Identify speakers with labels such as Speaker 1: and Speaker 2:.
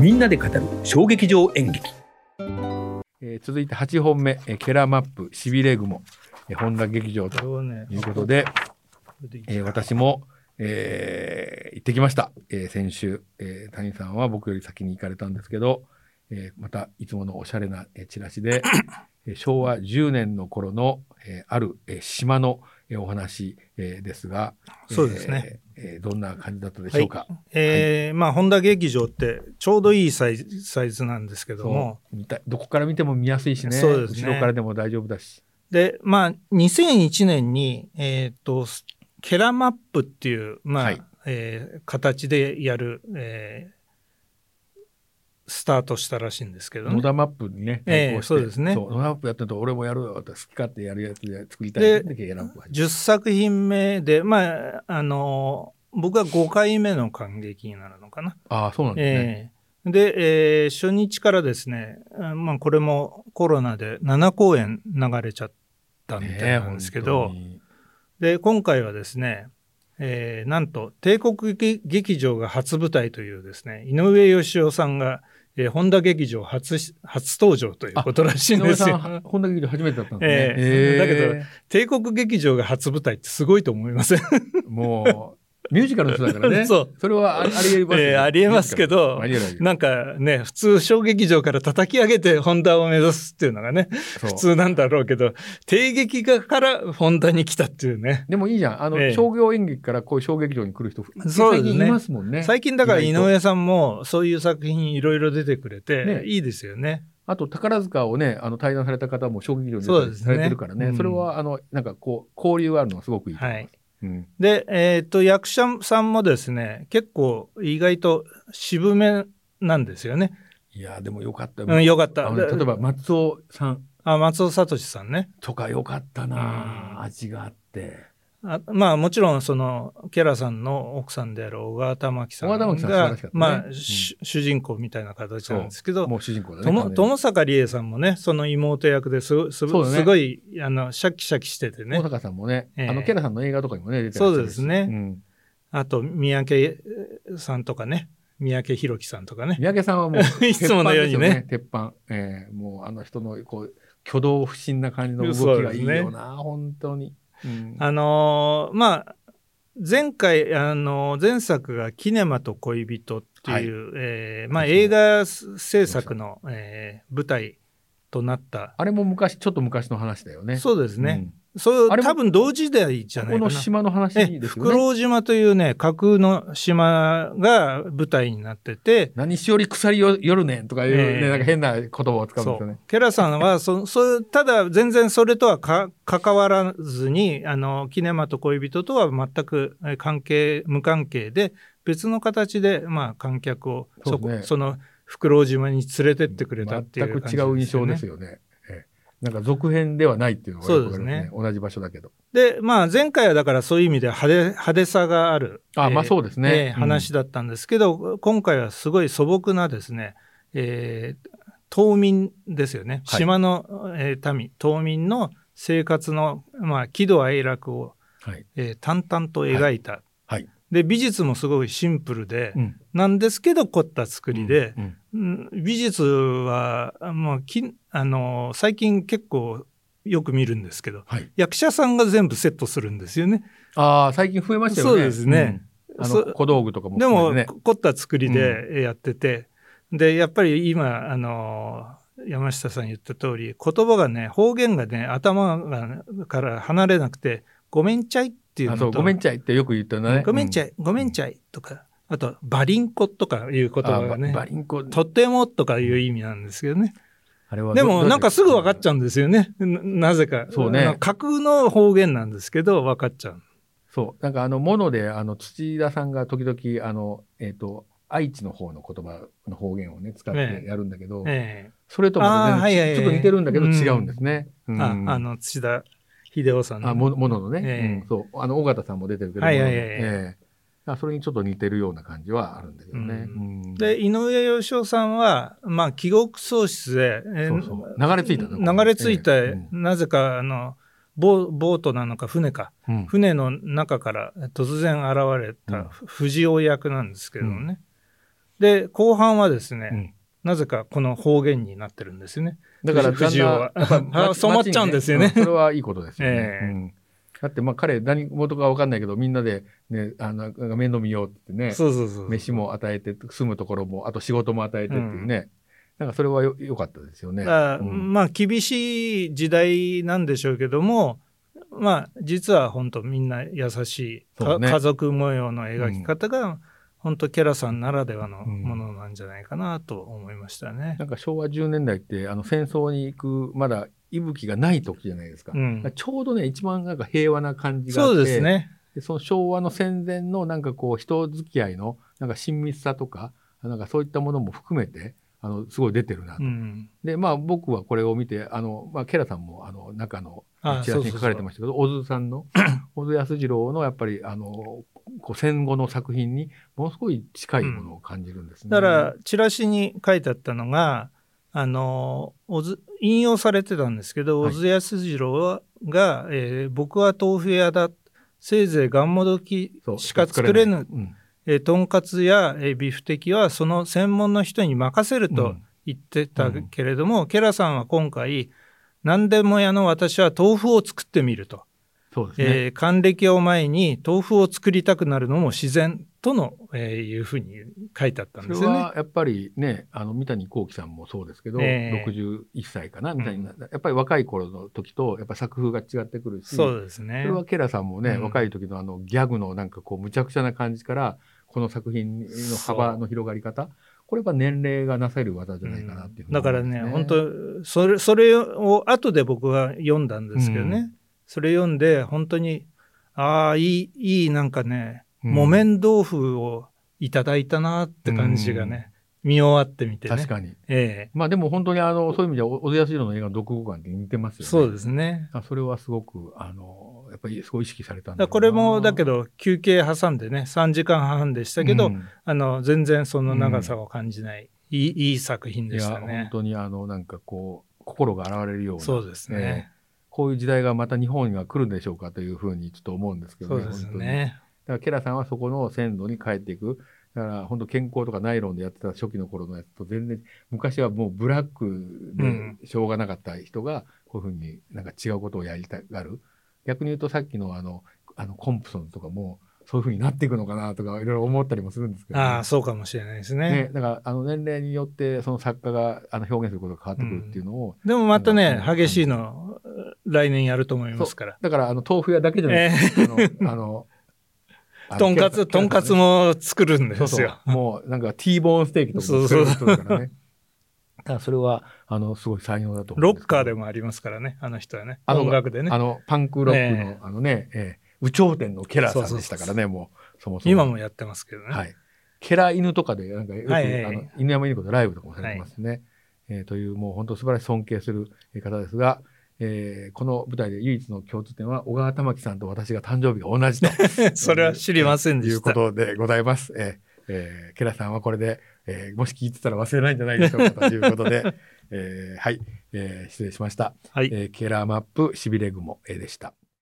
Speaker 1: みんなで語る衝撃場演劇
Speaker 2: えー続いて8本目、えーケラマップ、しびれ雲、えー本田劇場と
Speaker 3: れはね
Speaker 2: いうことで、
Speaker 3: でいい
Speaker 2: えー私も、えー行ってきました。えー先週、えー谷さんは僕より先に行かれたんですけど、えーまたいつものおしゃれな、えーチラシ で、えー昭和10年の頃の、えーある、えー島の、えーお話、えーですが、
Speaker 3: そうですね
Speaker 2: えー。えーどんな感じだったでしょうか。
Speaker 3: えーまあ本田劇場ってちょうどいいサイズサイズなんですけども
Speaker 2: そう見たいどこから見ても見やすいしね
Speaker 3: そうですね
Speaker 2: 後ろからでも大丈夫だし。
Speaker 3: でまあ2001年にえーっとケラマップっていうまあ、
Speaker 2: はい
Speaker 3: えー形でやる、えースタートしたらしいんですけど
Speaker 2: 野
Speaker 3: ね。
Speaker 2: 田マップにね、
Speaker 3: え
Speaker 2: 対
Speaker 3: え
Speaker 2: 抗して
Speaker 3: そうですね
Speaker 2: そう野田マップやってると、俺もやるよって、好き勝手やるやつで作りたい
Speaker 3: で
Speaker 2: で、ランプ
Speaker 3: 10作品目でまああの僕は5回目の感激になるのかな。
Speaker 2: ああ、そうなんですね。
Speaker 3: ええで、えー初日からですね、あまあ、これもコロナで7公演流れちゃったみたいなんですけど、
Speaker 2: ね
Speaker 3: で今回はですね、えーなんと帝国劇劇場が初舞台というですね井上芳雄さんが、えー、本田劇場初し初登場ということらしい
Speaker 2: 本
Speaker 3: ん
Speaker 2: 当に井上
Speaker 3: です
Speaker 2: さん
Speaker 3: よ。
Speaker 2: は、こんだけ初めてだったんですね。
Speaker 3: ええ
Speaker 2: え
Speaker 3: 帝国劇場が初舞台ってすごいと思いません
Speaker 2: だけど、もう、ミュージカルの人だからね。
Speaker 3: そう
Speaker 2: れはあありえますよ
Speaker 3: ええありえますけど
Speaker 2: ミュージカルありえない
Speaker 3: なんかね普通小劇場から叩き上げて本田を目指すっていうのがね
Speaker 2: そう
Speaker 3: 普通なんだろうけど、帝劇がからホンダに来たっていうね。
Speaker 2: でもいいじゃん。あの、
Speaker 3: ええ
Speaker 2: 商業演劇からこういう小劇場に来る人、
Speaker 3: そうですね
Speaker 2: 実際にいますもんね。
Speaker 3: 最近だから
Speaker 2: 意
Speaker 3: 井
Speaker 2: 外と
Speaker 3: 上さんもそういう作品いろいろ出てくれて、
Speaker 2: ね
Speaker 3: いいですよね。
Speaker 2: あと宝塚をね、あの対談された方も小劇場に
Speaker 3: そうですね
Speaker 2: されてるからね、そ
Speaker 3: うん
Speaker 2: れはあの、なんかこう、交流があるのはすごくいいと思
Speaker 3: はい。
Speaker 2: うん
Speaker 3: で、えっと、役者さんもですね、結構意外と渋めなんですよね。
Speaker 2: いや、でもよかったよ。
Speaker 3: うん、よかった。
Speaker 2: あのね
Speaker 3: で
Speaker 2: 例えば松尾さん
Speaker 3: あ松尾聡さんね。
Speaker 2: とかよかったな、
Speaker 3: うん
Speaker 2: 味があって。
Speaker 3: あまあもちろんそのケラさんの奥さんである小川玉樹さん
Speaker 2: 小
Speaker 3: が
Speaker 2: 川玉樹さん素晴らしかったね
Speaker 3: ま
Speaker 2: う
Speaker 3: あ、
Speaker 2: ん
Speaker 3: し主人公みたいな形なんですけど、
Speaker 2: もう主人公だね。
Speaker 3: 友
Speaker 2: 完全に
Speaker 3: 友坂理恵さんもね、その妹役ですご
Speaker 2: そ
Speaker 3: す
Speaker 2: う
Speaker 3: ご
Speaker 2: だね
Speaker 3: すごいあのシャキシャキしててね
Speaker 2: 小、坂さんもね、
Speaker 3: ええ
Speaker 2: あの、ケラさんの映画とかにもね、出てらっしゃるし
Speaker 3: そうですね
Speaker 2: ん
Speaker 3: あと三宅さんとかね、三宅宏樹さんとかね、
Speaker 2: 三宅さんはもう、
Speaker 3: いつものようにね
Speaker 2: 鉄板ですよね。鉄板。ええもうあの人の、こう、挙動不審な感じの動きがいいよな、本当に。うん
Speaker 3: あのーまあ、前回、あのー前作が「キネマと恋人」っていう、えーまあ、映画制作の、えー舞台となった、
Speaker 2: あれも昔、ちょっと昔の話だよね。
Speaker 3: そうです
Speaker 2: うん
Speaker 3: ね、そう
Speaker 2: あれも
Speaker 3: 多分同時代じゃ
Speaker 2: こ
Speaker 3: ない
Speaker 2: こ
Speaker 3: かな
Speaker 2: の。島の話ですよ
Speaker 3: え
Speaker 2: ね。
Speaker 3: フクロウ島というね架空の島が舞台になってて、
Speaker 2: 何しより鎖よるねんとかいう、ね
Speaker 3: ええ
Speaker 2: なんか変な言葉を使うん
Speaker 3: そ
Speaker 2: ですよね
Speaker 3: う。ケラさんはそそうただ全然それとはか関わらずにあのキネマと恋人とは全くえ関係無関係で別の形で、まあ、観客を
Speaker 2: そ
Speaker 3: そ
Speaker 2: うです
Speaker 3: こ
Speaker 2: ね
Speaker 3: そのフクロウ島に連れてってくれたっていう感じ
Speaker 2: 全く違う印象です
Speaker 3: よね。
Speaker 2: よね。ええなんか続編ではないっていうのがよくわかりますね。
Speaker 3: そ
Speaker 2: 同じ場所だけど。
Speaker 3: で、まあ、前回はだからそういう意味で派手派手さがある、
Speaker 2: あ、まあ
Speaker 3: えー
Speaker 2: そうですね。う
Speaker 3: えー
Speaker 2: ん
Speaker 3: 話だったんですけど、今回はすごい素朴なですね、えー島民ですよね、
Speaker 2: はい
Speaker 3: 島の、えー民島民の生活の、まあ、喜怒哀楽を、
Speaker 2: はい。
Speaker 3: えー淡々と描いた、
Speaker 2: はい。
Speaker 3: で美術もすごいシンプルで、
Speaker 2: うん
Speaker 3: なんですけど凝った作りで、
Speaker 2: うん
Speaker 3: うん美術はもうきあの最近結構よく見るんですけど
Speaker 2: はい。
Speaker 3: 役者さんが全部セットするんですよね。
Speaker 2: ああ、最近増えましたよね。
Speaker 3: そうですね
Speaker 2: うん。あ
Speaker 3: そ
Speaker 2: の、小道具とかも
Speaker 3: で
Speaker 2: 含
Speaker 3: も
Speaker 2: めてね。
Speaker 3: 凝った作りでやってて、でやっぱり今あの山下さん言った通り言葉がね方言がね頭がから離れなくて「ごめんちゃい」っていう
Speaker 2: あ
Speaker 3: の
Speaker 2: そ
Speaker 3: と
Speaker 2: う、ごめんちゃいってよく言ったね。
Speaker 3: ごめんちゃ
Speaker 2: い。
Speaker 3: いごめんちゃい」とかあと「バリンコ」とかいう言葉が
Speaker 2: あ
Speaker 3: ね
Speaker 2: ババリンコ
Speaker 3: 「とても」とかいう意味なんですけどね
Speaker 2: あれはど
Speaker 3: でもなんかすぐ分かっちゃ
Speaker 2: う。
Speaker 3: うんですよねななぜか
Speaker 2: そうね
Speaker 3: あの架空の方言なんですけど分かっちゃう
Speaker 2: そう。なんかあの、モノで、あの、土田さんが時々、あの、えっと、愛知の方の言葉の方言をね、使ってやるんだけど、
Speaker 3: ええ
Speaker 2: それとも
Speaker 3: あーはいはいはい
Speaker 2: ちょっと似てるんだけど違うんですね。うん
Speaker 3: ああの土田秀夫さんの
Speaker 2: あももののね、
Speaker 3: ええ
Speaker 2: うんそうあの尾形さんも出てるけど、
Speaker 3: はいはいはい
Speaker 2: もののええあそれにちょっと似てるような感じはあるんだけどね。
Speaker 3: う
Speaker 2: うん
Speaker 3: で井上芳雄さんは、まあ、記憶喪失で、え
Speaker 2: そう
Speaker 3: ー
Speaker 2: そう流れ着いたね
Speaker 3: 流れ着いて、
Speaker 2: ええうん
Speaker 3: なぜかあのボボートなのか船か
Speaker 2: うん
Speaker 3: 船の中から突然現れ
Speaker 2: うん
Speaker 3: た藤尾役なんですけどね、で、後半はですね、
Speaker 2: うん
Speaker 3: なぜかこの方言になってるんですよね。
Speaker 2: だから、
Speaker 3: 藤尾は
Speaker 2: だんだんやぱ
Speaker 3: 染まっちゃうんですよね
Speaker 2: 街にそれはいいことですよね。
Speaker 3: ええ
Speaker 2: うんだって、まあ、彼、何事か分かんないけど、みんなで、ね、あの、面倒見ようってね、
Speaker 3: そうそうそう。
Speaker 2: 飯も与えて、住むところも、あと仕事も与えてっていうね、なんかそれはよ良かったですよね。
Speaker 3: あ
Speaker 2: うん
Speaker 3: まあ厳しい時代なんでしょうけども、まあ、実は本当みんな優しい、
Speaker 2: そ
Speaker 3: か
Speaker 2: うね
Speaker 3: 家族模様の描き方が本当ケラさんならではの
Speaker 2: うん
Speaker 3: ものなんじゃないかなと思いましたね。
Speaker 2: なんか昭和10年代って、あの、戦争に行く、まだ息吹がない時じゃないですか。
Speaker 3: うん
Speaker 2: だからちょうどね、一番なんか平和な感じがあっ
Speaker 3: そ
Speaker 2: て。
Speaker 3: うですね。
Speaker 2: でその昭和の戦前のなんかこう人付き合いのなんか親密さとかなんかそういったものも含めてあのすごい出てるなと、
Speaker 3: うん、
Speaker 2: でまあ僕はこれを見てあの、まあ、ケラさんもあの中の
Speaker 3: あ
Speaker 2: チラシに書かれてましたけど小津さん の小津安二郎のやっぱりあのこう戦後の作品にものすごい近いものを感じるんですね。
Speaker 3: だから、チラシに書いてあったのが、あの、小津引用されてたんですけど、
Speaker 2: は
Speaker 3: 小
Speaker 2: い
Speaker 3: 津安二郎が、えー僕は豆腐屋だ、せいぜいがんもどき
Speaker 2: そう
Speaker 3: しか作れぬ、
Speaker 2: うん
Speaker 3: えーとんかつや、えービフテキはその専門の人に任せる
Speaker 2: う
Speaker 3: と
Speaker 2: ん
Speaker 3: 言ってたけれども、ケラさんは今回、何でも屋の私は豆腐を作ってみると。
Speaker 2: そうですね、
Speaker 3: えー還暦を前に豆腐を作りたくなるのも自然との、えーいうふうに書いてあったん
Speaker 2: そ
Speaker 3: で
Speaker 2: れ
Speaker 3: すよね。
Speaker 2: はやっぱりね、あの三谷幸喜さんもそうですけど、
Speaker 3: ええ
Speaker 2: 61歳かな、みたいな、やっぱり若い頃の時と、やっぱ作風が違ってくるし、
Speaker 3: そうですね
Speaker 2: それ。はケラさんもね、
Speaker 3: うん
Speaker 2: 若い時のあのギャグのなんかこう、むちゃくちゃな感じから、この作品の幅の広がり方、これは年齢がなされる技じゃないかなっていうふうに
Speaker 3: だ
Speaker 2: 思
Speaker 3: か
Speaker 2: い
Speaker 3: ら
Speaker 2: ます、
Speaker 3: ね、本当それ、それを後で僕は読んだんですけどね、
Speaker 2: うん
Speaker 3: それ読んで、本当に、ああ、いい、いい、なんか
Speaker 2: う
Speaker 3: ね、
Speaker 2: ん
Speaker 3: 木綿豆腐をいただいたなって感じがね、見終わってみてね。
Speaker 2: 確かに。
Speaker 3: え
Speaker 2: まあでも本当にあの、そういう意味では、小津安二郎の映画の独語感って似てます
Speaker 3: え
Speaker 2: よね。
Speaker 3: そうですね。
Speaker 2: あそれはすごく、あの、やっぱりすごい意識されたん
Speaker 3: だからこれも、だけ
Speaker 2: ど、
Speaker 3: ど、休憩挟んでね、3時間半でしたけど、
Speaker 2: うん
Speaker 3: あの、全然その長さを感じない、いい、いい作品
Speaker 2: い
Speaker 3: で
Speaker 2: や、
Speaker 3: した
Speaker 2: 本
Speaker 3: ね。
Speaker 2: 当にあの、なんかこう、心が現れるような。
Speaker 3: そうですね。
Speaker 2: こういう時代がまた日本が来るんでしょうかというふうにちょっと思うんですけど
Speaker 3: そうです
Speaker 2: 本当にだか
Speaker 3: ね。
Speaker 2: らケラさんはそこの鮮度に変えていく。だから本当健康とかナイロンでやってた初期の頃のやつと全然、昔はもうブラック
Speaker 3: うん
Speaker 2: でしょうがなかった人が、こういうふうになんか違うことをやりたがる。逆に言うとさっきのあの、あのコンプソンとかも、そういうふうになっていくのかなとかいろいろ思ったりもするんですけど、
Speaker 3: ああ、そうかもしれないですね。
Speaker 2: ね、だからあの年齢によってその作家があの表現することが変わってくるっていうのを、
Speaker 3: でもまたね、
Speaker 2: うん
Speaker 3: 激しいの、来年やると思いますから。
Speaker 2: だからあの豆腐屋だけじゃないです、あのあ のあの
Speaker 3: とんか
Speaker 2: ケ
Speaker 3: つ、と
Speaker 2: ラさ
Speaker 3: んかつ
Speaker 2: ケラさんね
Speaker 3: も作るんです
Speaker 2: そ
Speaker 3: よ。
Speaker 2: うそうもうなんか T ボーンステーキとかも作れる人だからね だからそれはあのすごい才能だと思
Speaker 3: ロ
Speaker 2: うん
Speaker 3: ッ
Speaker 2: すけど
Speaker 3: カーでもありますからね、あの人はね。
Speaker 2: あの
Speaker 3: 音楽でね
Speaker 2: あ。のパンクロックの、
Speaker 3: え
Speaker 2: あのねええ有頂天のケラーさんでしたからねもうそもそも
Speaker 3: 今もやってますけどね。
Speaker 2: はいケラ犬とかでなんかよく、
Speaker 3: はいはいはい
Speaker 2: あの犬山犬子のライブとかもされてますね、えーというもう本当素晴らしい尊敬する方ですがえーこの舞台で唯一の共通点は小川玉樹さんと私が誕生日が同じと
Speaker 3: それは知りませんで
Speaker 2: という
Speaker 3: し
Speaker 2: こ
Speaker 3: た。
Speaker 2: とでございます。えーえーケラさんはこれで、えーもし聞いてたら忘れないんじゃないでしょうかということで、 えーはい、えー失礼しました。
Speaker 3: はい。
Speaker 2: えーケラマップしびれ雲えーでした。